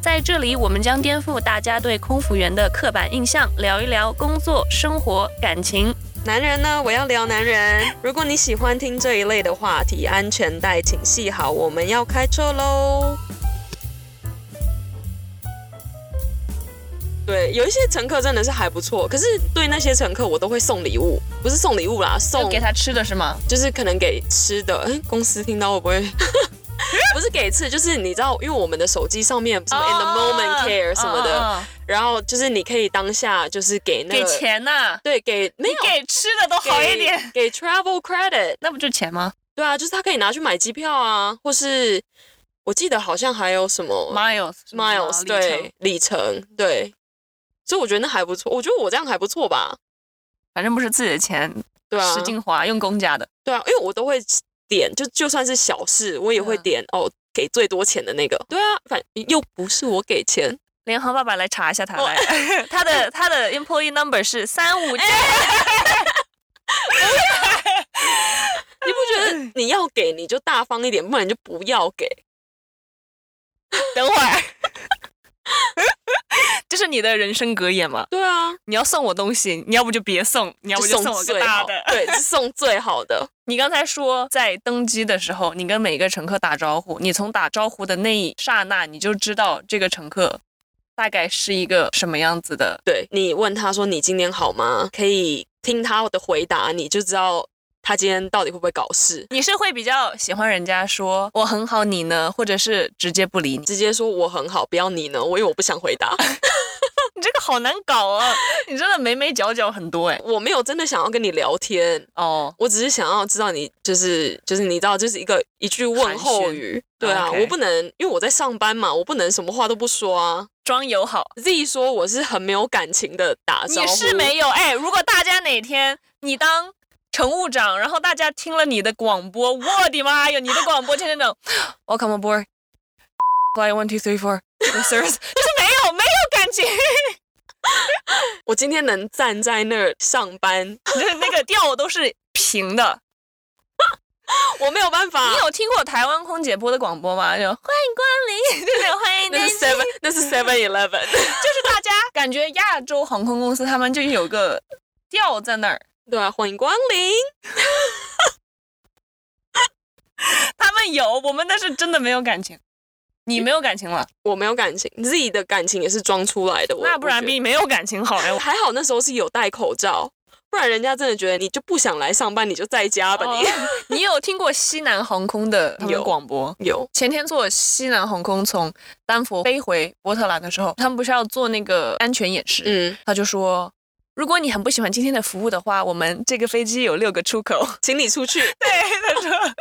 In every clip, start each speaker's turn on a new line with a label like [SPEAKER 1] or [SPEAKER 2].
[SPEAKER 1] 在这里，我们将颠覆大家对空服员的刻板印象，聊一聊工作、生活、感情。
[SPEAKER 2] 男人呢？我要聊男人。 如果你喜欢听这一类的话题，安全带请系好，我们要开车喽。对，有一些乘客真的是还不错，可是对那些乘客我都会送礼物，不是送礼物啦，送
[SPEAKER 1] 就给他吃的是吗？
[SPEAKER 2] 就是可能给吃的。 哎，公司听到会不 会？不是给吃，就是你知道，因为我们的手机上面什
[SPEAKER 1] 啊
[SPEAKER 2] 么 in the moment care 什么的，
[SPEAKER 1] 哦，
[SPEAKER 2] 然后就是你可以当下就是给那
[SPEAKER 1] 给
[SPEAKER 2] 个，
[SPEAKER 1] 钱呐、
[SPEAKER 2] 对，给没有
[SPEAKER 1] 给吃的都好一点，
[SPEAKER 2] 给 travel credit，
[SPEAKER 1] 那不就钱吗
[SPEAKER 2] 对啊，就是他可以拿去买机票啊，或是我记得好像还有什么
[SPEAKER 1] ？Miles 什么的
[SPEAKER 2] miles，
[SPEAKER 1] 里程
[SPEAKER 2] 对，里程，对，所以我觉得那还不错，我觉得我这样还不错吧，
[SPEAKER 1] 反正不是自己的钱，
[SPEAKER 2] 对啊
[SPEAKER 1] 使，劲花，用公家的。
[SPEAKER 2] 对啊，因为我都会点，就就算是小事，我也会
[SPEAKER 1] 嗯
[SPEAKER 2] 点、哦，给最多钱的那个，对啊，反又不是我给 钱，
[SPEAKER 1] 联合爸爸来查一下他来， 他的他的 employee number 是三五 J，
[SPEAKER 2] 你不觉得你要给你就大方一点，不然你就不要给。
[SPEAKER 1] 等会儿， 这是你的人生格言吗？
[SPEAKER 2] 对啊，
[SPEAKER 1] 你要送我东西，你要不就别送，你要不就送哎我个
[SPEAKER 2] 最
[SPEAKER 1] 大
[SPEAKER 2] 好
[SPEAKER 1] 的。
[SPEAKER 2] 对，就送最好的。
[SPEAKER 1] 你刚才说在登机的时候，你跟每个乘客打招呼，你从打招呼的那一刹那，你就知道这个乘客大概是一个什么样子的。
[SPEAKER 2] 对你问他说你今天好吗？可以听他的回答，你就知道他今天到底会不会搞事。
[SPEAKER 1] 你是会比较喜欢人家说我很好，你呢，或者是直接不理你？
[SPEAKER 2] 直接说我很好，不要你呢，我因为我不想回 答，
[SPEAKER 1] 你这个好难搞啊！ 你真的眉眉角角很多哎。
[SPEAKER 2] 我没有真的想要跟你聊天，
[SPEAKER 1] 哦，
[SPEAKER 2] 我只是想要知道你就是就是你知道就是一个一句问候语，对啊
[SPEAKER 1] OK
[SPEAKER 2] 我不能因为我在上班嘛，我不能什么话都不说啊。
[SPEAKER 1] 装友好，
[SPEAKER 2] Z 说我是很没有感情的打招呼，
[SPEAKER 1] 你是没有哎。如果大家哪天你当乘务长，然后大家听了你的广播，我的妈呀，你的广播天天整，Welcome aboard, fly one two three four, your service，就是没有没有感情，
[SPEAKER 2] 我今天能站在那儿上班，
[SPEAKER 1] 就是那个调都是平的。
[SPEAKER 2] 我没有办法
[SPEAKER 1] 你。有听过台湾空姐播的广播吗？就欢迎光临，就是欢迎
[SPEAKER 2] 那
[SPEAKER 1] 登
[SPEAKER 2] 是
[SPEAKER 1] 机
[SPEAKER 2] Seven，那是 Seven Eleven。
[SPEAKER 1] 就是大家感觉亚洲航空公司他们就有个调在那儿，
[SPEAKER 2] 对啊，欢迎光临。
[SPEAKER 1] 他们有，我们那是真的没有感情。你没有感情了，
[SPEAKER 2] 我没有感情，Z 的感情也是装出来的。我
[SPEAKER 1] 那不然
[SPEAKER 2] 我觉
[SPEAKER 1] 比没有感情好呀
[SPEAKER 2] 得。还好那时候是有戴口罩，不然人家真的觉得你就不想来上班，你就在家吧。你、
[SPEAKER 1] 哦你有听过西南航空的他们
[SPEAKER 2] 有
[SPEAKER 1] 广播？
[SPEAKER 2] 有
[SPEAKER 1] 前天坐西南航空从丹佛飞回波特兰的时候，他们不是要做那个安全演示？
[SPEAKER 2] 嗯，
[SPEAKER 1] 他就说，如果你很不喜欢今天的服务的话，我们这个飞机有六个出 口。
[SPEAKER 2] 请你出去。
[SPEAKER 1] 对，他说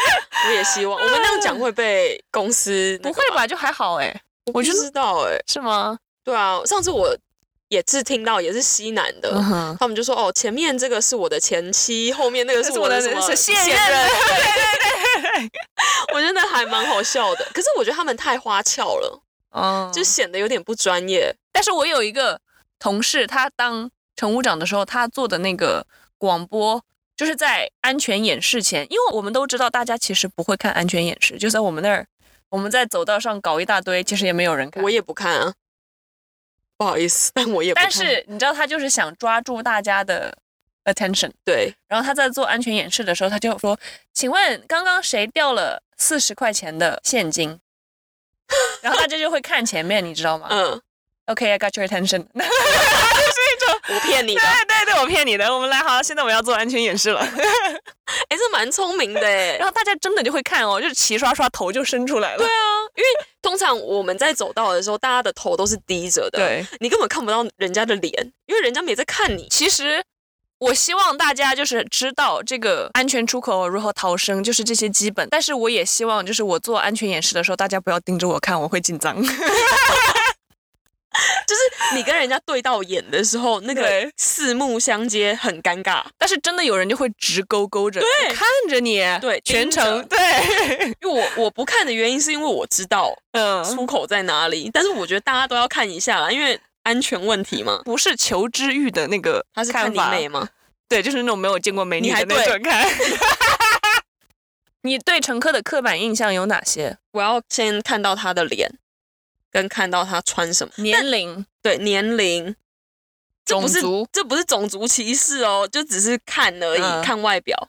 [SPEAKER 2] 我也希望我们那样讲会被公司那
[SPEAKER 1] 不
[SPEAKER 2] 个
[SPEAKER 1] 会吧，就还好哎，
[SPEAKER 2] 我
[SPEAKER 1] 我
[SPEAKER 2] 就
[SPEAKER 1] 觉得
[SPEAKER 2] 知道哎、
[SPEAKER 1] 是吗？
[SPEAKER 2] 对啊，上次我也是听到也是西南的。
[SPEAKER 1] 嗯哼。
[SPEAKER 2] 他们就说哦，前面这个是我的前妻，后面那个
[SPEAKER 1] 这
[SPEAKER 2] 是
[SPEAKER 1] 是
[SPEAKER 2] 我
[SPEAKER 1] 我
[SPEAKER 2] 的
[SPEAKER 1] 的
[SPEAKER 2] 什么
[SPEAKER 1] 是现任
[SPEAKER 2] 任对对对， 我觉得还蛮好笑的。可是我觉得他们太花俏了，
[SPEAKER 1] 哦，
[SPEAKER 2] 就显得有点不专业。
[SPEAKER 1] 但是我有一个同事，他当乘务长的时候，他做的那个广播，就是在安全演示前，因为我们都知道大家其实不会看安全演示，就在我们那儿，我们在走道上搞一大堆，其实也没有人看。
[SPEAKER 2] 我也不看啊，不好意思，但我也不看。
[SPEAKER 1] 但是你知道，他就是想抓住大家的 attention，
[SPEAKER 2] 对，
[SPEAKER 1] 然后他在做安全演示的时候，他就说：“请问刚刚谁掉了四十块钱的现金？”然后大家就会看前面，你知道吗
[SPEAKER 2] 嗯，
[SPEAKER 1] ？OK，I、got your attention 。
[SPEAKER 2] 我骗你的，哎、
[SPEAKER 1] 对对对，我骗你的。我们来，好，现在我们要做安全演示了。
[SPEAKER 2] 这蛮聪明的哎。
[SPEAKER 1] 然后大家真的就会看哦，就是齐刷刷头就伸出来了
[SPEAKER 2] 对。啊，因为通常我们在走道的时候，大家的头都是低着的，，
[SPEAKER 1] 对，
[SPEAKER 2] 你根本看不到人家的脸，因为人家没在看你。
[SPEAKER 1] 其实我希望大家就是知道这个安全出口如何逃生，就是这些基本。但是我也希望，就是我做 安全演示的时候，大家不要盯着我看，我会紧张。
[SPEAKER 2] 就是你跟人家对到眼的时候，那个
[SPEAKER 1] 对
[SPEAKER 2] 四目相接很尴尬。
[SPEAKER 1] 但是真的有人就会直勾勾着
[SPEAKER 2] 对
[SPEAKER 1] 看着你，
[SPEAKER 2] 对盯
[SPEAKER 1] 全
[SPEAKER 2] 着
[SPEAKER 1] 程对，
[SPEAKER 2] 因为我我不看的原因是因为我知道
[SPEAKER 1] 嗯，
[SPEAKER 2] 出口在哪里，但是我觉得大家都要看一下啦，因为安全问题嘛。
[SPEAKER 1] 不是求知欲的那个
[SPEAKER 2] 他是看
[SPEAKER 1] 看
[SPEAKER 2] 你
[SPEAKER 1] 法，
[SPEAKER 2] 美吗？
[SPEAKER 1] 对，就是那种没有见过美女
[SPEAKER 2] 你还
[SPEAKER 1] 的那种看。你对乘客的刻板印象有哪些？
[SPEAKER 2] 我要先看到他的脸，跟看到他穿什么，
[SPEAKER 1] 年龄、
[SPEAKER 2] 对年龄，这
[SPEAKER 1] 种
[SPEAKER 2] 不是
[SPEAKER 1] 族，
[SPEAKER 2] 这不是种族歧视哦，就只是看而已，
[SPEAKER 1] 嗯
[SPEAKER 2] 看外表，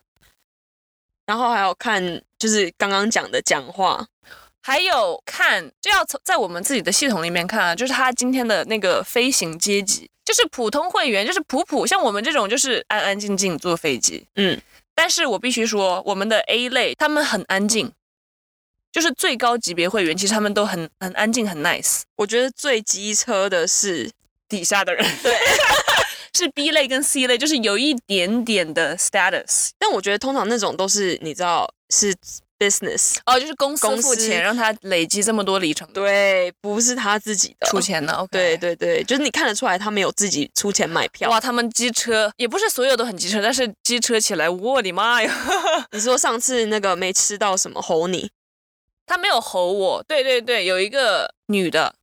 [SPEAKER 2] 然后还有看就是刚刚讲的讲话，
[SPEAKER 1] 还有看，就要从在我们自己的系统里面看啊，就是他今天的那个飞行阶级，就是普通会员，就是普普，像我们这种就是安安静静坐飞机。
[SPEAKER 2] 嗯，
[SPEAKER 1] 但是我必须说，我们的 A 类他们很安静，就是最高级别会员，其实他们都很很安静，很 nice。
[SPEAKER 2] 我觉得最机车的是
[SPEAKER 1] 底下的人对， 是 B 类跟 C 类，就是有一点点的 status
[SPEAKER 2] 但我觉得通常那种都是你知道是 business，
[SPEAKER 1] 哦，就是公司
[SPEAKER 2] 公司
[SPEAKER 1] 付钱让他累积这么多里程，，
[SPEAKER 2] 对，不是他自己的
[SPEAKER 1] 出。钱的。OK，
[SPEAKER 2] 对对对，就是你看得出来他没有自己出钱买票。
[SPEAKER 1] 哇，他们机车也不是所有都很机车，但是机车起来，我的妈呀！
[SPEAKER 2] 你说上次那个没吃到什么吼你，
[SPEAKER 1] 他没有吼我，对对对，有一个女的，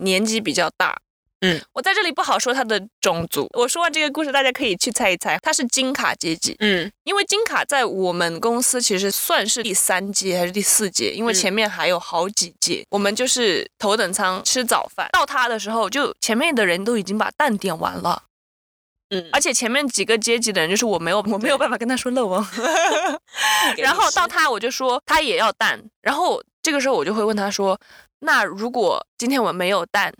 [SPEAKER 1] 年纪比较大，
[SPEAKER 2] 嗯，
[SPEAKER 1] 我在这里不好说她的种族。我说完这个故事，大家可以去猜一猜，她是金卡阶级，
[SPEAKER 2] 嗯，
[SPEAKER 1] 因为金卡在我们公司其实算是第三阶还是第四阶，因为
[SPEAKER 2] 嗯
[SPEAKER 1] 前面还有好几阶。我们就是头等舱吃早饭，到她的时候，就前面的人都已经把蛋点完了。
[SPEAKER 2] 嗯
[SPEAKER 1] 而且前面几个阶级的人，就是我没有 我没有办法跟他说漏哦。 然后到他我就说他也要蛋，然后这个时候我就会问他说，那如果今天我没有蛋，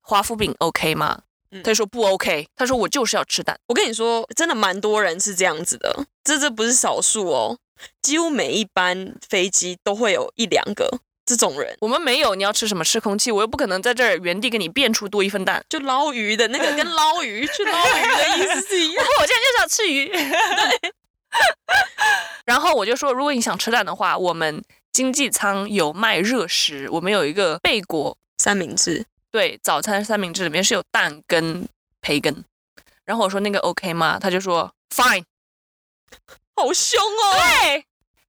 [SPEAKER 1] 华夫饼 OK 吗？
[SPEAKER 2] 嗯
[SPEAKER 1] 他就说不 OK，他说我就是要吃蛋。
[SPEAKER 2] 我跟你说，真的蛮多人是这样子的，这这不是少数哦，几乎每一班飞机都会有一两个这种人，
[SPEAKER 1] 我们没有，你要吃什么？吃空气，我又不可能在这儿原地给你变出多一份蛋。
[SPEAKER 2] 就捞鱼的那个跟捞鱼去捞鱼的意思是一样。
[SPEAKER 1] 不，我今天就是要吃鱼。 然后我就说，如果你想吃蛋的话，我们经济舱有卖热食，我们有一个贝果
[SPEAKER 2] 三明治，
[SPEAKER 1] 对，早餐三明治里面是有蛋跟培根。然后我说那个 OK 吗？他就说 Fine。
[SPEAKER 2] 好凶哦！
[SPEAKER 1] 对。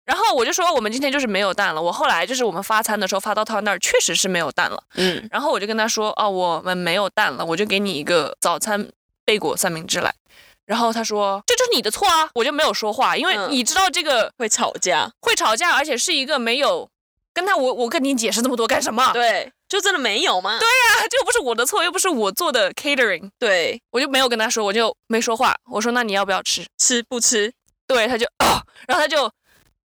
[SPEAKER 1] 然后我就说我们今天就是没有蛋了。我后来就是我们发餐的时候发到他那儿，确实是没有蛋了。
[SPEAKER 2] 嗯，
[SPEAKER 1] 然后我就跟他说哦，我们没有蛋了，我就给你一个早餐贝果三明治来。然后他说这就是你的错啊，我就没有说话，因为
[SPEAKER 2] 嗯
[SPEAKER 1] 你知道这个
[SPEAKER 2] 会吵架，
[SPEAKER 1] 会吵架，而且是一个没有跟他我我跟你解释这么多干什么？对
[SPEAKER 2] 对，就真的没有吗？对
[SPEAKER 1] 啊， 这又不是我的错，又不是我做的 catering。
[SPEAKER 2] 对，
[SPEAKER 1] 我就没有跟他说，我就没说话。我说那你要不要吃？
[SPEAKER 2] 吃不吃？
[SPEAKER 1] 对，他就， 啊，然后他就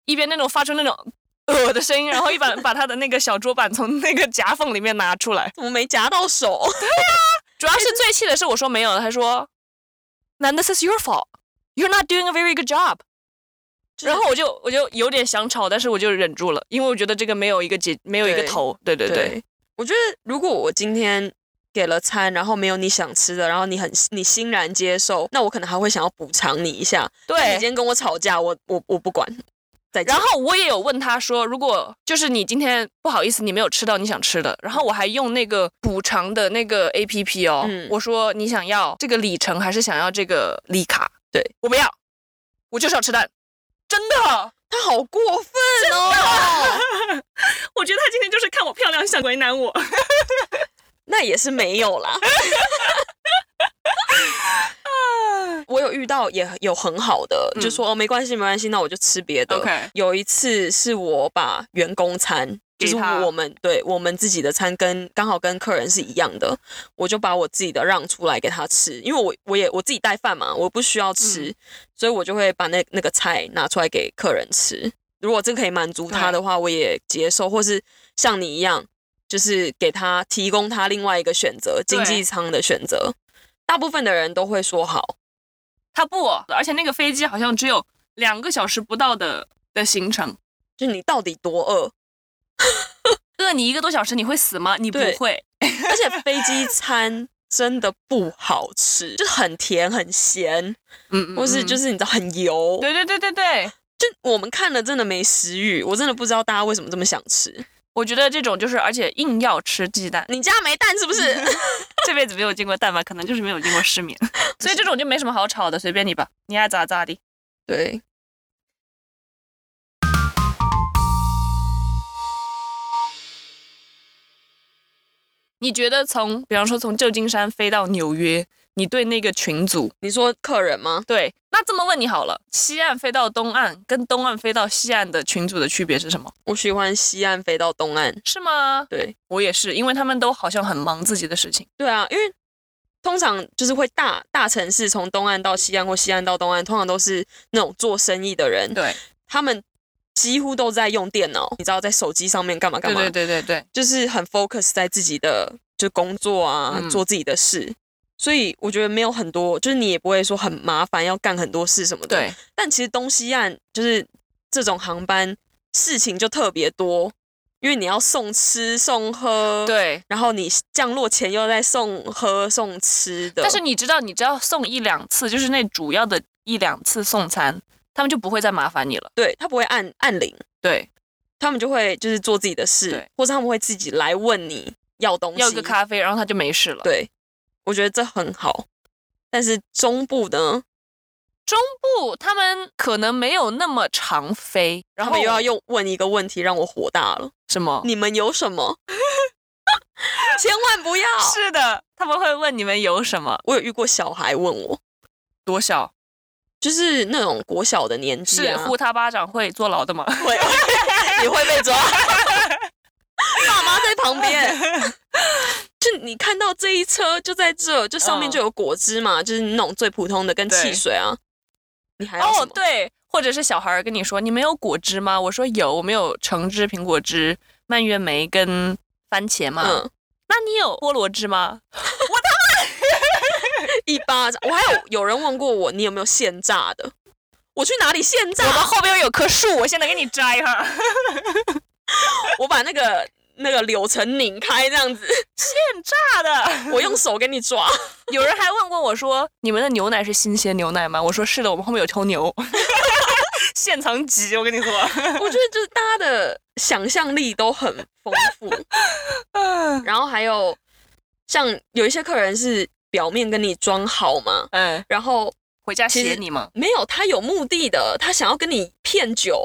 [SPEAKER 1] 一边那种发出那种 呃的声音，然后一把把他的那个小桌板从那个夹缝里面拿出来。
[SPEAKER 2] 怎么没夹到手？
[SPEAKER 1] 主要是最气的是我说没有，他说，那 this is your fault. You're not doing a very good job.
[SPEAKER 2] 就是
[SPEAKER 1] 然后我就我就有点想吵，但是我就忍住了，因为我觉得这个没有一个解，没有一个
[SPEAKER 2] 对
[SPEAKER 1] 头。对对对，
[SPEAKER 2] 我觉得如果我今天给了餐，然后没有你想吃的，然后你很你欣然接受，那我可能还会想要补偿你一下。
[SPEAKER 1] 对
[SPEAKER 2] 你今天跟我吵架，我我我不管。再见
[SPEAKER 1] 然后我也有问他说，如果就是你今天不好意思，你没有吃到你想吃的，然后我还用那个补偿的那个 A P P 哦，
[SPEAKER 2] 嗯
[SPEAKER 1] 我说你想要这个里程还是想要这个礼卡？
[SPEAKER 2] 对
[SPEAKER 1] 我不要，我就是要吃蛋，真的。
[SPEAKER 2] 他好过分哦，
[SPEAKER 1] 我觉得他今天就是看我漂亮想为难我，
[SPEAKER 2] 那也是没有啦。 我有遇到也有很好的，
[SPEAKER 1] 嗯
[SPEAKER 2] 就说哦没关系没关系，那我就吃别的。
[SPEAKER 1] OK
[SPEAKER 2] 有一次是我把员工餐，就是
[SPEAKER 1] 给他
[SPEAKER 2] 我们对我们自己的餐跟刚好跟客人是一样的，我就把我自己的让出来给他吃，因为我我也我自己带饭嘛，我不需要
[SPEAKER 1] 嗯
[SPEAKER 2] 吃，所以我就会把那那个菜拿出来给客人吃。如果这可以满足他的话，我也接受，或是像你一样，就是给他提供他另外一个选择，经济舱的选择。大部分的人都会说好，
[SPEAKER 1] 他不，而且那个飞机好像只有两个小时不到的的行程，
[SPEAKER 2] 就你到底多饿？
[SPEAKER 1] 饿你一个多小时你会死吗？你不
[SPEAKER 2] 对
[SPEAKER 1] 会，
[SPEAKER 2] 而且飞 机餐真的不好吃，就是很甜很咸，
[SPEAKER 1] 嗯，
[SPEAKER 2] 或是就是是你知道很油。
[SPEAKER 1] 对对对对对。
[SPEAKER 2] 我们看了真的没食欲，我真的不知道大家为什么这么想吃。
[SPEAKER 1] 我觉得这种就是，而且硬要吃鸡蛋，
[SPEAKER 2] 你家没蛋是不是？
[SPEAKER 1] 这辈子没有见过蛋吧？可能就是没有见过世面， 所以这种就没什么好吵的，随便你吧，你爱咋咋地。
[SPEAKER 2] 对，
[SPEAKER 1] 你觉得从，比方说从旧金山飞到纽约，你对那个群组，
[SPEAKER 2] 你说客人吗？
[SPEAKER 1] 对，那这么问你好了，西岸飞到东岸跟东岸飞到西岸的群组的区别是什么？
[SPEAKER 2] 我喜欢西岸飞到东岸。
[SPEAKER 1] 是吗？
[SPEAKER 2] 对，
[SPEAKER 1] 我也是，因为他们都好像很忙自己的事情。
[SPEAKER 2] 对啊，因为通常就是会大大城市从东岸到西岸或西岸到东岸，通常都是那种做生意的人，
[SPEAKER 1] 对，
[SPEAKER 2] 他们几乎都在用电脑，你知道，在手机上面干嘛干
[SPEAKER 1] 对
[SPEAKER 2] 嘛，
[SPEAKER 1] 对对对对，
[SPEAKER 2] 就是很 focus 在自己的就工作啊，
[SPEAKER 1] 嗯
[SPEAKER 2] 做自己的事。所以我觉得没有很多，就是你也不会说很麻烦，要干很多事什么的。
[SPEAKER 1] 对，
[SPEAKER 2] 但其实东西岸就是这种航班事情就特别多，因为你要送吃送喝，，
[SPEAKER 1] 对。
[SPEAKER 2] 然后你降落前又在送喝送吃的，
[SPEAKER 1] 但是你知道，你只要送一两次，就是那主要的一两次送餐，他们就不会再麻烦你了。
[SPEAKER 2] 对他不会按按铃，
[SPEAKER 1] 对，
[SPEAKER 2] 他们就会就是做自己的事
[SPEAKER 1] 对，
[SPEAKER 2] 或者他们会自己来问你要东西，
[SPEAKER 1] 要一个咖啡，然后他就没事
[SPEAKER 2] 嗯
[SPEAKER 1] 了。，
[SPEAKER 2] 对，我觉得这很好。但是中部呢，
[SPEAKER 1] 中部他们可能没有那么常飞，然
[SPEAKER 2] 他
[SPEAKER 1] 后
[SPEAKER 2] 们又要用问一个问题让我火大了，
[SPEAKER 1] 什么？
[SPEAKER 2] 你们有什么？ 千万不要！
[SPEAKER 1] 是的，他们会问你们有什么，
[SPEAKER 2] 我有遇过小孩问我，
[SPEAKER 1] 多小？
[SPEAKER 2] 就是那种国小的年纪、
[SPEAKER 1] 是
[SPEAKER 2] 啊，
[SPEAKER 1] 呼他巴掌会坐牢的吗？
[SPEAKER 2] 会也会被抓，爸妈在旁边。 就你看到这一车就在这，就上面
[SPEAKER 1] 嗯
[SPEAKER 2] 就有果汁嘛，就是那种最普通的跟
[SPEAKER 1] 对
[SPEAKER 2] 汽水啊。你还要什
[SPEAKER 1] 哦，
[SPEAKER 2] 么？
[SPEAKER 1] 对，或者是小孩儿跟你说你们有果汁吗？我说有，我们有橙汁、苹果汁、蔓越莓跟番茄嘛。
[SPEAKER 2] 嗯，
[SPEAKER 1] 那你有菠萝汁吗？
[SPEAKER 2] 一巴掌。我还有有人问过我，你有没有现榨的？我去哪里现榨？
[SPEAKER 1] 我们后边有棵树，我现在给你 摘哈。
[SPEAKER 2] 我把那个那个柳橙拧开这样 子，
[SPEAKER 1] 大的，
[SPEAKER 2] 我用手给你抓。
[SPEAKER 1] 有人还问过我说，你们的牛奶是新鲜牛奶吗？我说是的，我们后面有头牛。 现场挤，我跟你 说。
[SPEAKER 2] 我觉得就是大家的想象力都很丰 富。
[SPEAKER 1] 嗯
[SPEAKER 2] 然后还有像有一些客人是表面跟你装好嘛，
[SPEAKER 1] 嗯，
[SPEAKER 2] 然后
[SPEAKER 1] 回家
[SPEAKER 2] 其实
[SPEAKER 1] 写你吗？
[SPEAKER 2] 没有，他有目的的，他想要跟你骗酒、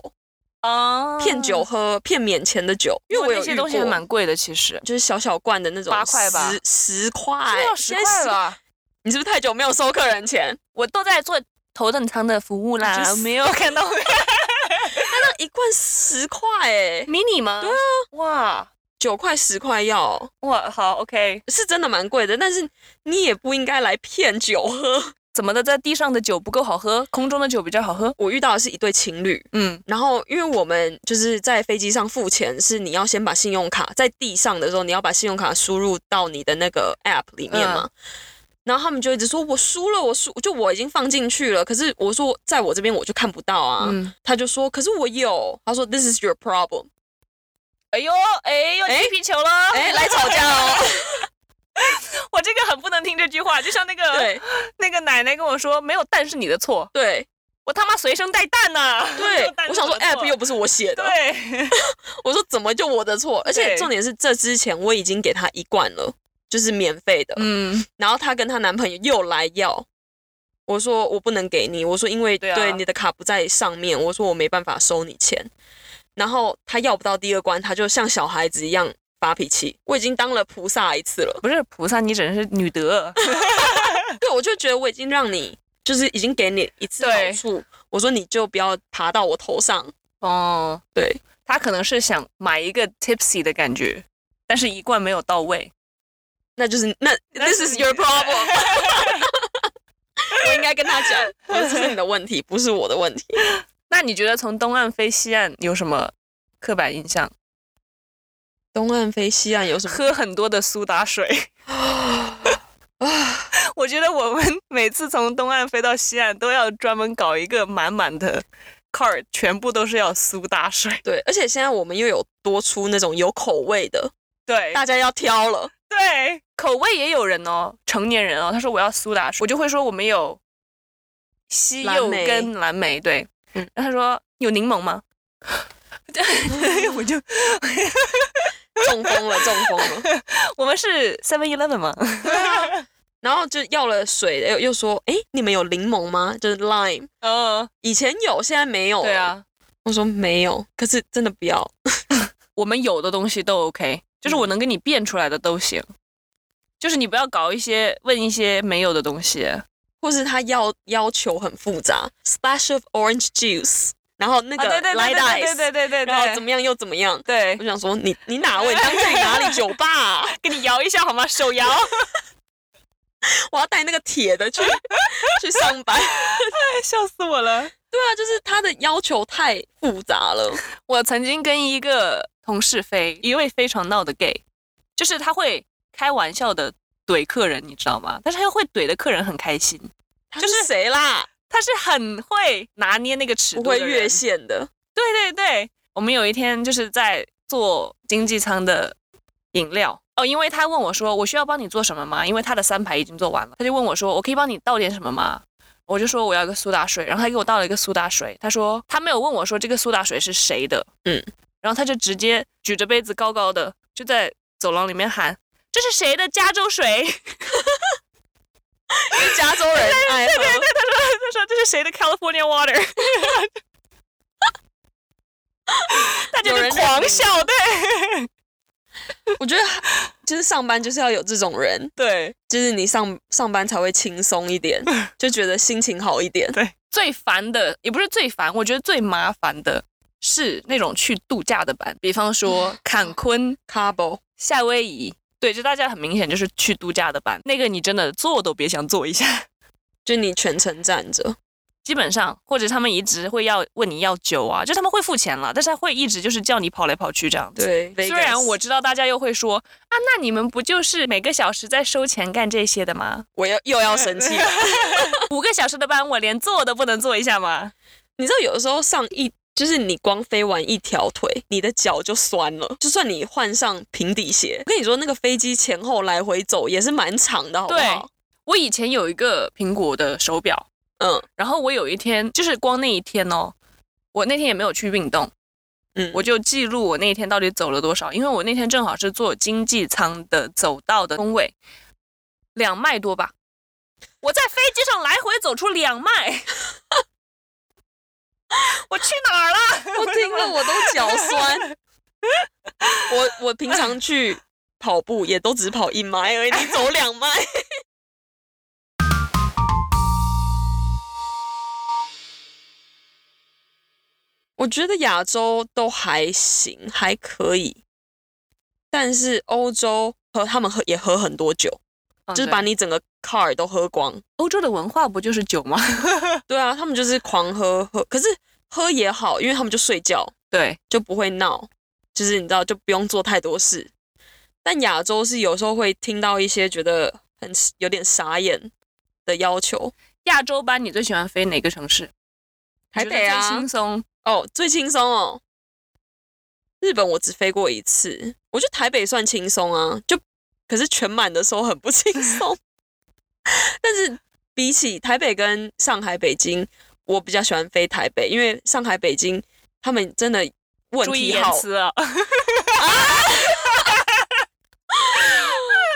[SPEAKER 1] 啊
[SPEAKER 2] 骗酒，喝、骗免钱的酒。因为我有
[SPEAKER 1] 那些
[SPEAKER 2] 遇
[SPEAKER 1] 东西还
[SPEAKER 2] 过
[SPEAKER 1] 蛮贵的，其实。
[SPEAKER 2] 就是小小罐的那种，
[SPEAKER 1] 八块吧
[SPEAKER 2] 十十
[SPEAKER 1] 哎现
[SPEAKER 2] 块
[SPEAKER 1] 在要，十
[SPEAKER 2] 现在
[SPEAKER 1] 块。了，
[SPEAKER 2] 你是不是太久没有收客人钱？
[SPEAKER 1] 我都在做头等舱的服务
[SPEAKER 2] 就
[SPEAKER 1] 啦
[SPEAKER 2] 是，
[SPEAKER 1] 没有看到
[SPEAKER 2] 那一罐十块哎、
[SPEAKER 1] 迷你吗？对啊，哇
[SPEAKER 2] 九块十块要
[SPEAKER 1] 哇，好 OK，
[SPEAKER 2] 是真的蛮贵的，但是你也不应该来骗酒喝。
[SPEAKER 1] 怎么的，在地上的酒不够好喝，空中的酒比较好喝？
[SPEAKER 2] 我遇到的是一对情侣，
[SPEAKER 1] 嗯，
[SPEAKER 2] 然后，因为我们就是在飞机上付钱，是你要先把信用卡在地上的时候，你要把信用卡输入到你的那个 app 里面嘛。然后他们就一直说我输了，我输，就我已经放进去了，可是我说在我这边我就看不到啊。
[SPEAKER 1] 嗯
[SPEAKER 2] 他就说，可是我有。他说 This is your problem。
[SPEAKER 1] 哎呦哎呦，
[SPEAKER 2] 哎
[SPEAKER 1] 踢皮球了，
[SPEAKER 2] 哎，来吵架哦。
[SPEAKER 1] 我这个很不能听这句话，就像那个
[SPEAKER 2] 对
[SPEAKER 1] 那个奶奶跟我说，没有蛋是你的错，
[SPEAKER 2] 对
[SPEAKER 1] 我他妈随身带蛋呢、 没有
[SPEAKER 2] 对
[SPEAKER 1] 蛋，
[SPEAKER 2] 我
[SPEAKER 1] 是
[SPEAKER 2] 想说
[SPEAKER 1] 的错
[SPEAKER 2] app 又不是我写的，
[SPEAKER 1] 对，
[SPEAKER 2] 我说怎么就我的错？而且
[SPEAKER 1] 对
[SPEAKER 2] 重点是这之前我已经给他一罐了，就是免费的。
[SPEAKER 1] 嗯，
[SPEAKER 2] 然后她跟她男朋友又来要，我说我不能给你，我说因为
[SPEAKER 1] 对啊
[SPEAKER 2] 你的卡不在上面，我说我没办法收你钱。然后她要不到第二关，她就像小孩子一样发脾气。我已经当了菩萨一次了，
[SPEAKER 1] 不是菩萨，你只是女德，
[SPEAKER 2] 对我就觉得我已经让你就是已经给你一次好
[SPEAKER 1] 对
[SPEAKER 2] 处，我说你就不要爬到我头上。
[SPEAKER 1] 哦，
[SPEAKER 2] 对
[SPEAKER 1] 他可能是想买一个 tipsy 的感觉，但是一罐没有到位，
[SPEAKER 2] 那就是那
[SPEAKER 1] 那
[SPEAKER 2] this
[SPEAKER 1] 是
[SPEAKER 2] is
[SPEAKER 1] 你
[SPEAKER 2] your problem 。 我应该跟他讲，我说这是你的问题，不是我的问题。
[SPEAKER 1] 那你觉得从东岸飞西岸有什么刻板印象？
[SPEAKER 2] 东岸飞西岸有什么？
[SPEAKER 1] 喝很多的苏打水。啊 我觉得我们每次从东岸飞到西岸，都要专门搞一个满满的 card，全部都是要苏打水。
[SPEAKER 2] 对，而且现在我们又有多出那种有口味的，
[SPEAKER 1] 对
[SPEAKER 2] 大家要挑了。
[SPEAKER 1] 对，口味也有人哦，成年人哦，他说我要苏打水，我就会说我们有西
[SPEAKER 2] 蓝
[SPEAKER 1] 柚
[SPEAKER 2] 莓
[SPEAKER 1] 跟蓝莓，对，
[SPEAKER 2] 嗯
[SPEAKER 1] 然后他说有柠檬吗？对，我就
[SPEAKER 2] 中风了，中风了。
[SPEAKER 1] 我们是 Seven Eleven 吗？
[SPEAKER 2] 然后就要了水，又又说，哎，你们有柠檬吗？就是 lime，
[SPEAKER 1] 嗯，
[SPEAKER 2] 以前有，现在没有。
[SPEAKER 1] 对，啊，
[SPEAKER 2] 我说没有，可是真的不要。
[SPEAKER 1] 我们有的东西都 OK，就是我能给你变出来的都行。就是你不要搞一些问一些没有的东西，
[SPEAKER 2] 或是他要要求很复杂，splash of orange juice，然后那
[SPEAKER 1] 啊
[SPEAKER 2] 个
[SPEAKER 1] 对对
[SPEAKER 2] light
[SPEAKER 1] 对
[SPEAKER 2] ice，
[SPEAKER 1] 对对对对对
[SPEAKER 2] 然后怎么样又怎么样。
[SPEAKER 1] 对
[SPEAKER 2] 我，想说你你哪位？你当在哪 里酒吧啊、
[SPEAKER 1] 给你摇一下好吗？手摇，
[SPEAKER 2] 我要带那个铁的去去上班。
[SPEAKER 1] 笑死我了。
[SPEAKER 2] 对啊，就是他的要求太复杂 了。
[SPEAKER 1] 我曾经跟一个同事飞，一位非常闹的 gay，就是他会开玩笑的怼客人，你知道吗？但是他又会怼的客人很开心，
[SPEAKER 2] 他是谁啦？
[SPEAKER 1] 他是很会拿捏那个尺
[SPEAKER 2] 不
[SPEAKER 1] 度
[SPEAKER 2] 会
[SPEAKER 1] 的
[SPEAKER 2] 越
[SPEAKER 1] 人
[SPEAKER 2] 线的。
[SPEAKER 1] 对对对，我们有一天就是在做经济舱的饮料哦，因为他问我说我需要帮你做什么吗？因为他的三排已经做完了，他就问我说我可以帮你倒点什么吗？我就说我要一个苏打水，然后他给我倒了一个苏打水，他说他没有问我说这个苏打水是谁的，
[SPEAKER 2] 嗯，
[SPEAKER 1] 然后他就直接举着杯子高高的就在走廊里面喊这是谁的加州水？
[SPEAKER 2] 因为加州人爱喝，
[SPEAKER 1] 他说这是谁的 California water？大家
[SPEAKER 2] 有
[SPEAKER 1] 就
[SPEAKER 2] 人
[SPEAKER 1] 狂
[SPEAKER 2] 认
[SPEAKER 1] 笑，对
[SPEAKER 2] 我觉得就是上班就是要有这种人，
[SPEAKER 1] 对，
[SPEAKER 2] 就是你上上班才会轻松一 点，就觉得心情好一点。
[SPEAKER 1] 最烦的也不是最烦，我觉得最麻烦的是那种去度假的班，比方
[SPEAKER 2] 嗯
[SPEAKER 1] 说坎昆、
[SPEAKER 2] Carbo，
[SPEAKER 1] 夏威夷，对，就大家很明显就是去度假的班，那个你真的坐都别想坐一下。
[SPEAKER 2] 就你全程站着，
[SPEAKER 1] 基本上，或者他们一直会要问你要酒啊，就他们会付钱了，但是他会一直就是叫你跑来跑去这样子。
[SPEAKER 2] 对。
[SPEAKER 1] 虽然
[SPEAKER 2] Vegas
[SPEAKER 1] 我知道大家又会说啊，那你们不就是每个小时在收钱干这些的吗？
[SPEAKER 2] 我要又要生气了，
[SPEAKER 1] 五个小时的班，我连坐都不能坐一下吗？
[SPEAKER 2] 你知道有的时候上一就是你光飞完一条腿，你的脚就酸了，就算你换上平底鞋，我跟你说那个飞机前后来回走也是蛮长的，好不好？
[SPEAKER 1] 我以前有一个苹果的手表，
[SPEAKER 2] 嗯
[SPEAKER 1] 然后我有一天就是光那一天哦，我那天也没有去运动，
[SPEAKER 2] 嗯，
[SPEAKER 1] 我就记录我那一天到底走了多少，因为我那天正好是坐经济舱的走道的工位，两迈多吧。我在飞机上来回走出两迈， 我去哪儿了？
[SPEAKER 2] 我听了我都脚酸。我我平常去跑步也都只跑一迈而已，你走两迈。 我觉得亚洲都还行，还可以，但是欧洲和他们喝也喝很多酒，就是把
[SPEAKER 1] 啊哦对
[SPEAKER 2] 你整个 car 都喝光。
[SPEAKER 1] 欧洲的文化不就是酒吗？
[SPEAKER 2] 对啊，他们就是狂喝喝，可是喝也好，因为他们就睡觉。
[SPEAKER 1] 对，
[SPEAKER 2] 就不会闹，就是你知道就不用做太多事。但亚洲是有时候会听到一些觉得很有点傻眼的要求。
[SPEAKER 1] 亚洲班你最喜欢飞哪个城市？
[SPEAKER 2] 台
[SPEAKER 1] 觉得
[SPEAKER 2] 北
[SPEAKER 1] 最
[SPEAKER 2] 啊
[SPEAKER 1] 轻，松。
[SPEAKER 2] 哦，最轻松哦。日本我只飞过一次，我觉得台北算轻松啊，就可是全满的时候很不轻松。 但是比起台北跟上海、北京，我比较喜欢飞台北，因为上海、北京他们真的问
[SPEAKER 1] 注意
[SPEAKER 2] 题
[SPEAKER 1] 言
[SPEAKER 2] 好
[SPEAKER 1] 辞啊！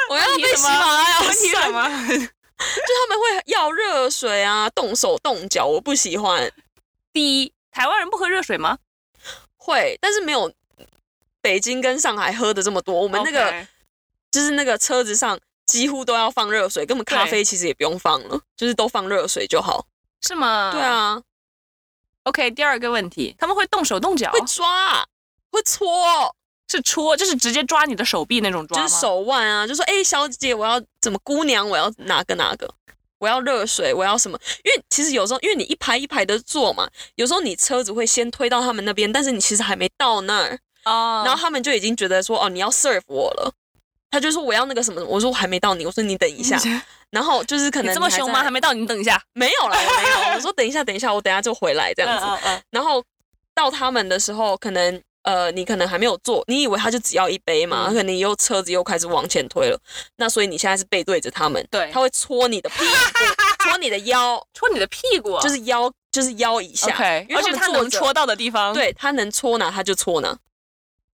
[SPEAKER 2] 我要
[SPEAKER 1] 问题
[SPEAKER 2] 啊被
[SPEAKER 1] 什
[SPEAKER 2] 喜
[SPEAKER 1] 么啊
[SPEAKER 2] 马拉雅
[SPEAKER 1] 问题什
[SPEAKER 2] 删
[SPEAKER 1] 么？
[SPEAKER 2] 就他们会要热水啊，动手动脚，我不喜欢。
[SPEAKER 1] 第一，台湾人不喝热水吗？
[SPEAKER 2] 会，但是没有北京跟上海喝的这么多。我
[SPEAKER 1] 我
[SPEAKER 2] 们那个就是那个车子上几乎都要放热水，根本咖
[SPEAKER 1] 对
[SPEAKER 2] 啡其实也不用放了，就是都放热水就好。
[SPEAKER 1] 是吗？
[SPEAKER 2] 对。啊，
[SPEAKER 1] OK，第二个问题，他们会动手动脚，
[SPEAKER 2] 会抓，会搓，啊
[SPEAKER 1] 是戳，就是直接抓你的手臂那种抓
[SPEAKER 2] 就
[SPEAKER 1] 吗？
[SPEAKER 2] 是手腕啊，就说哎、小姐，我要怎么姑娘，我要哪个哪个。我要热水，我要什么？因为其实有时候，因为你一排一排的坐嘛，有时候你车子会先推到他们那边，但是你其实还没到那儿，
[SPEAKER 1] 啊
[SPEAKER 2] 然后他们就已经觉得说，哦，你要 serve 我了。他就说我要那个什么，我说我还没到你，我说你等一下，然后就是可
[SPEAKER 1] 你
[SPEAKER 2] 能
[SPEAKER 1] 这么凶吗？还
[SPEAKER 2] 没
[SPEAKER 1] 没到，你等一下。
[SPEAKER 2] 没有啦，我没 嗯
[SPEAKER 1] 嗯
[SPEAKER 2] 有，我说等一下，等一下，我等一下就回来这
[SPEAKER 1] 这
[SPEAKER 2] 样子。
[SPEAKER 1] 嗯嗯
[SPEAKER 2] 然后到他们的时候，可能呃，你可能还没有做，你以为他就只要一杯嘛，
[SPEAKER 1] 嗯
[SPEAKER 2] 他可能你又车子又开始往前推了，那所以你现在是背对着他们，
[SPEAKER 1] 对
[SPEAKER 2] 他会戳你的屁 股，戳你的腰，
[SPEAKER 1] 戳你的屁股，啊
[SPEAKER 2] 就是腰，就是腰以下
[SPEAKER 1] OK，
[SPEAKER 2] 因为
[SPEAKER 1] 而
[SPEAKER 2] 他
[SPEAKER 1] 且
[SPEAKER 2] 们
[SPEAKER 1] 他
[SPEAKER 2] 坐
[SPEAKER 1] 能
[SPEAKER 2] 着
[SPEAKER 1] 戳到的地方，，
[SPEAKER 2] 对他能搓哪他就搓哪。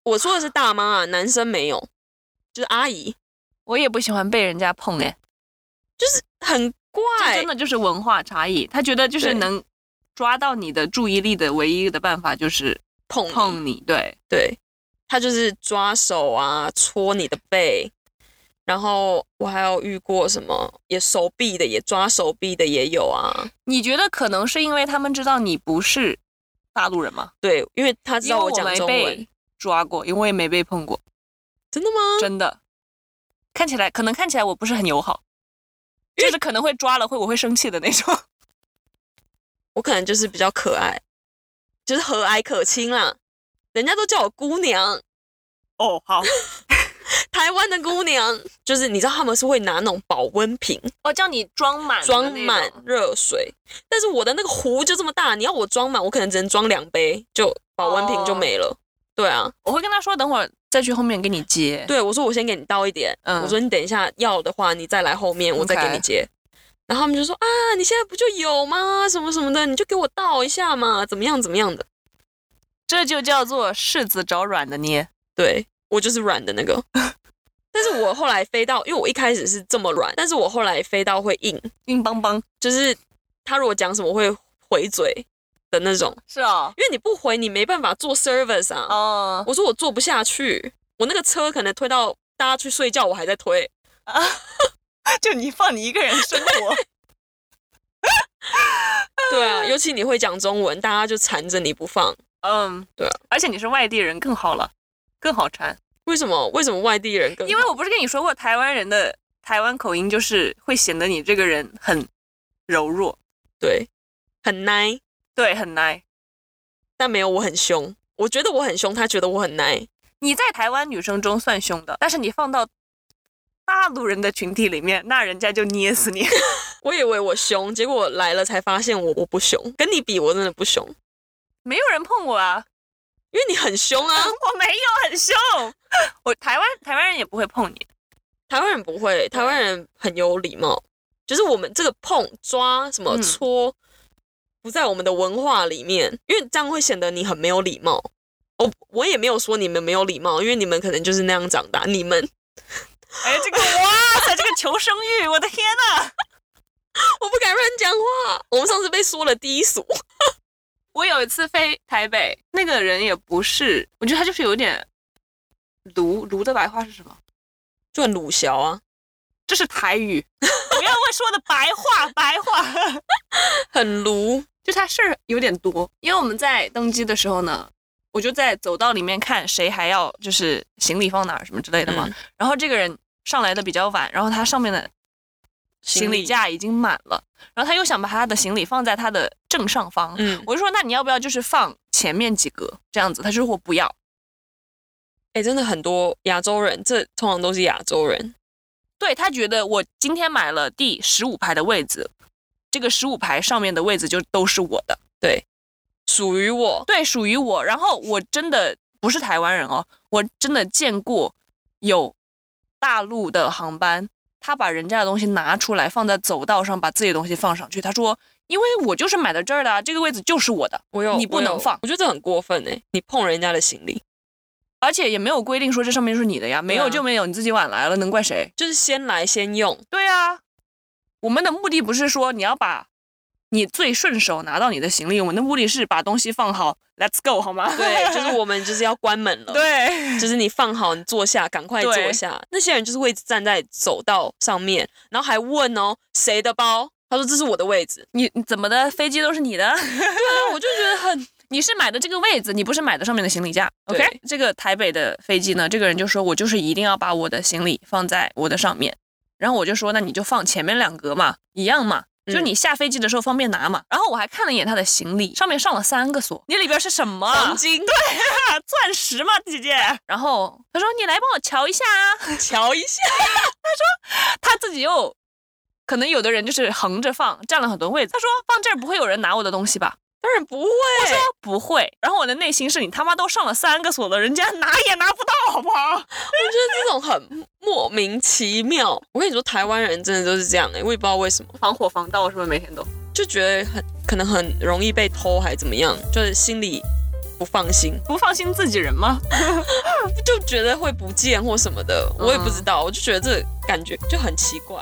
[SPEAKER 2] 我说的是大妈啊，男生没有，就是阿姨，
[SPEAKER 1] 我也不喜欢被人家碰哎，
[SPEAKER 2] 很
[SPEAKER 1] 这
[SPEAKER 2] 怪
[SPEAKER 1] 真。的就是文化差异。他觉得就是
[SPEAKER 2] 对
[SPEAKER 1] 能抓到你的注意力的唯一的办法就是
[SPEAKER 2] 碰你
[SPEAKER 1] 碰你，对，
[SPEAKER 2] 对，他就是抓手啊，戳你的背，然后我还有遇过什么也手臂的，也抓手臂的也有啊。
[SPEAKER 1] 你觉得可能是因为他们知道你不是大陆人吗？
[SPEAKER 2] 对，因为他知
[SPEAKER 1] 因
[SPEAKER 2] 道
[SPEAKER 1] 为
[SPEAKER 2] 我讲
[SPEAKER 1] 没
[SPEAKER 2] 中文
[SPEAKER 1] 被，抓过，因为我也没被碰过，
[SPEAKER 2] 真的吗？
[SPEAKER 1] 真的。看起来可能看起来我不是很友好，
[SPEAKER 2] 因
[SPEAKER 1] 就
[SPEAKER 2] 为
[SPEAKER 1] 是可能会抓了会我会生气的那种。
[SPEAKER 2] 我可能就是比较可爱，就是和蔼可亲啦。人家都叫我姑娘，
[SPEAKER 1] 哦，好，
[SPEAKER 2] 台湾的姑娘，就是你知道他们是会拿那种保温瓶
[SPEAKER 1] 哦，叫你装满的
[SPEAKER 2] 装
[SPEAKER 1] 那
[SPEAKER 2] 满
[SPEAKER 1] 种
[SPEAKER 2] 热水，但是我的那个壶就这么大，你要我装满，我可能只能装两杯，就保温瓶就
[SPEAKER 1] 哦
[SPEAKER 2] 没了。对啊，
[SPEAKER 1] 我会跟他说，等会儿再去后面给你接。
[SPEAKER 2] 对，我说我先给你倒一点，
[SPEAKER 1] 哎嗯
[SPEAKER 2] 我说你等一下要的话，你再来后面，我再给
[SPEAKER 1] OK
[SPEAKER 2] 你接。然后他们就说啊，你现在不就有吗？什么什么的，你就给我倒一下嘛，怎么样怎么样的。
[SPEAKER 1] 这就叫做柿子找软的捏。
[SPEAKER 2] 对我就是软的那 个，但是我后来飞到，因为我一开始是这么软，但是我后来飞到会硬，
[SPEAKER 1] 硬邦邦。
[SPEAKER 2] 就是他如果讲什么我会回嘴的那种，
[SPEAKER 1] 是哦，
[SPEAKER 2] 因为你不回你没办法做 service 啊。
[SPEAKER 1] 哦，
[SPEAKER 2] 我说我做不下去，我那个车可能推到大家去睡觉，我还在推。
[SPEAKER 1] 哦 就你放你一个人生 活，
[SPEAKER 2] 对啊，尤其你会讲中文，大家就缠着你不放。
[SPEAKER 1] 嗯，
[SPEAKER 2] 对啊，
[SPEAKER 1] 而且你是外地人，更好了，更好缠。
[SPEAKER 2] 为什么？为什么外地人更好？
[SPEAKER 1] 因为我不是跟你说过，台湾人的台湾口音就是会显得你这个人很柔弱，
[SPEAKER 2] 对很 nice，
[SPEAKER 1] 对，很 nice。
[SPEAKER 2] 但没有我很凶。我觉得我很凶，他觉得我很 nice。
[SPEAKER 1] 你在台湾女生中算凶的，但是你放到大陆人的群体里面，那人家就捏死你。
[SPEAKER 2] 我以为我凶，结果来了才发现我我不凶。跟你比，我真的不凶，
[SPEAKER 1] 没有人碰我啊，
[SPEAKER 2] 因为你很凶啊。
[SPEAKER 1] 我没有很凶，我台湾台湾人也不会碰你。
[SPEAKER 2] 台湾人不会，台湾人很有礼貌，就是我们这个碰、抓、什么
[SPEAKER 1] 嗯
[SPEAKER 2] 搓，不在我们的文化里面，因为这样会显得你很没有礼貌。我我也没有说你们没有礼貌，因为你们可能就是那样长大，你们
[SPEAKER 1] 哎， 这个哇塞，这个求生欲，我的天呐！
[SPEAKER 2] 我不敢乱讲话。我们上次被说了低俗，
[SPEAKER 1] 我有一次飞台北，那个人也不是，我觉得他就是有点卢卢的白话是什么？
[SPEAKER 2] 就很鲁小啊，
[SPEAKER 1] 这是台语， 不要问说的白话白话，
[SPEAKER 2] 很鲁。
[SPEAKER 1] 就他事儿有点多。因为我们在登机的时候呢，我就在走道里面看谁还要就是行李放哪儿什么之类的嘛。
[SPEAKER 2] 嗯
[SPEAKER 1] 然后这个人上来的比较晚，然后他上面的行李架已经满了，然后他又想把他的行李放在他的正上方，
[SPEAKER 2] 嗯，
[SPEAKER 1] 我就说那你要不要就是放前面几格这样子？他说我不要。
[SPEAKER 2] 哎、真的很多亚洲人，这通常都是亚洲人，
[SPEAKER 1] 对他觉得我今天买了第十五排的位子，这个十五排上面的位子就都是我的，
[SPEAKER 2] 属于我。
[SPEAKER 1] 对，属于我。然后我真的不是台湾人哦，我真的见过有大陆的航班，他把人家的东西拿出来放在走道上，把自己的东西放上去。他说，因为我就是买到这儿的啊，这个位子就是我的，
[SPEAKER 2] 我有
[SPEAKER 1] 你不
[SPEAKER 2] 我有
[SPEAKER 1] 能放
[SPEAKER 2] 我觉得这很过分哎、你碰人家的行李，
[SPEAKER 1] 而且也没有规定说这上面就是你的呀，没有就没有，你自己晚来了能怪谁？
[SPEAKER 2] 就是先来先用。
[SPEAKER 1] 对啊，我们的目的不是说你要把你最顺手拿到你的行李，我们的目的是把东西放好，Let's go 好吗？
[SPEAKER 2] 对，就是我们就是要关门了。，
[SPEAKER 1] 对
[SPEAKER 2] 就是你放好，你坐下，赶快坐
[SPEAKER 1] 对
[SPEAKER 2] 下。那些人就是会站在走道上面，然后还问哦谁的包，他说这是我的位置。
[SPEAKER 1] 你你怎么的飞机都是你的，
[SPEAKER 2] 对啊，我就觉得很
[SPEAKER 1] 你是买的这个位子，你不是买的上面的行李架。
[SPEAKER 2] 对
[SPEAKER 1] OK，这个台北的飞机呢，这个人就说我就是一定要把我的行李放在我的上面，然后我就说那你就放前面两格嘛，一样嘛。
[SPEAKER 2] 嗯
[SPEAKER 1] 就是你下飞机的时候方便拿嘛，然后我还看了一眼他的行李，上面上了三个锁，你里边是什么？啊
[SPEAKER 2] 黄金。
[SPEAKER 1] 钻石吗，姐姐？然后他说：“你来帮我瞧一下啊。”
[SPEAKER 2] 瞧一下，
[SPEAKER 1] 他自己又，可能有的人就是横着放，占了很多位子。他说：“放这儿不会有人拿我的东西吧
[SPEAKER 2] 当然不会，
[SPEAKER 1] 不会。然后我的内心是你他妈都上了三个锁了，人家拿也拿不到，好不好？
[SPEAKER 2] 我觉得这种很莫名其妙。我跟你说，台湾人真的都是这样哎、我也不知道为什么，
[SPEAKER 1] 防火防盗是不是每天都？
[SPEAKER 2] 就觉得很可能很容易被偷，还怎么样，就是心里不放心，
[SPEAKER 1] 不放心自己人吗？
[SPEAKER 2] 就觉得会不见或什么的，我也不知
[SPEAKER 1] 嗯
[SPEAKER 2] 道，我就觉得这感觉就很奇怪。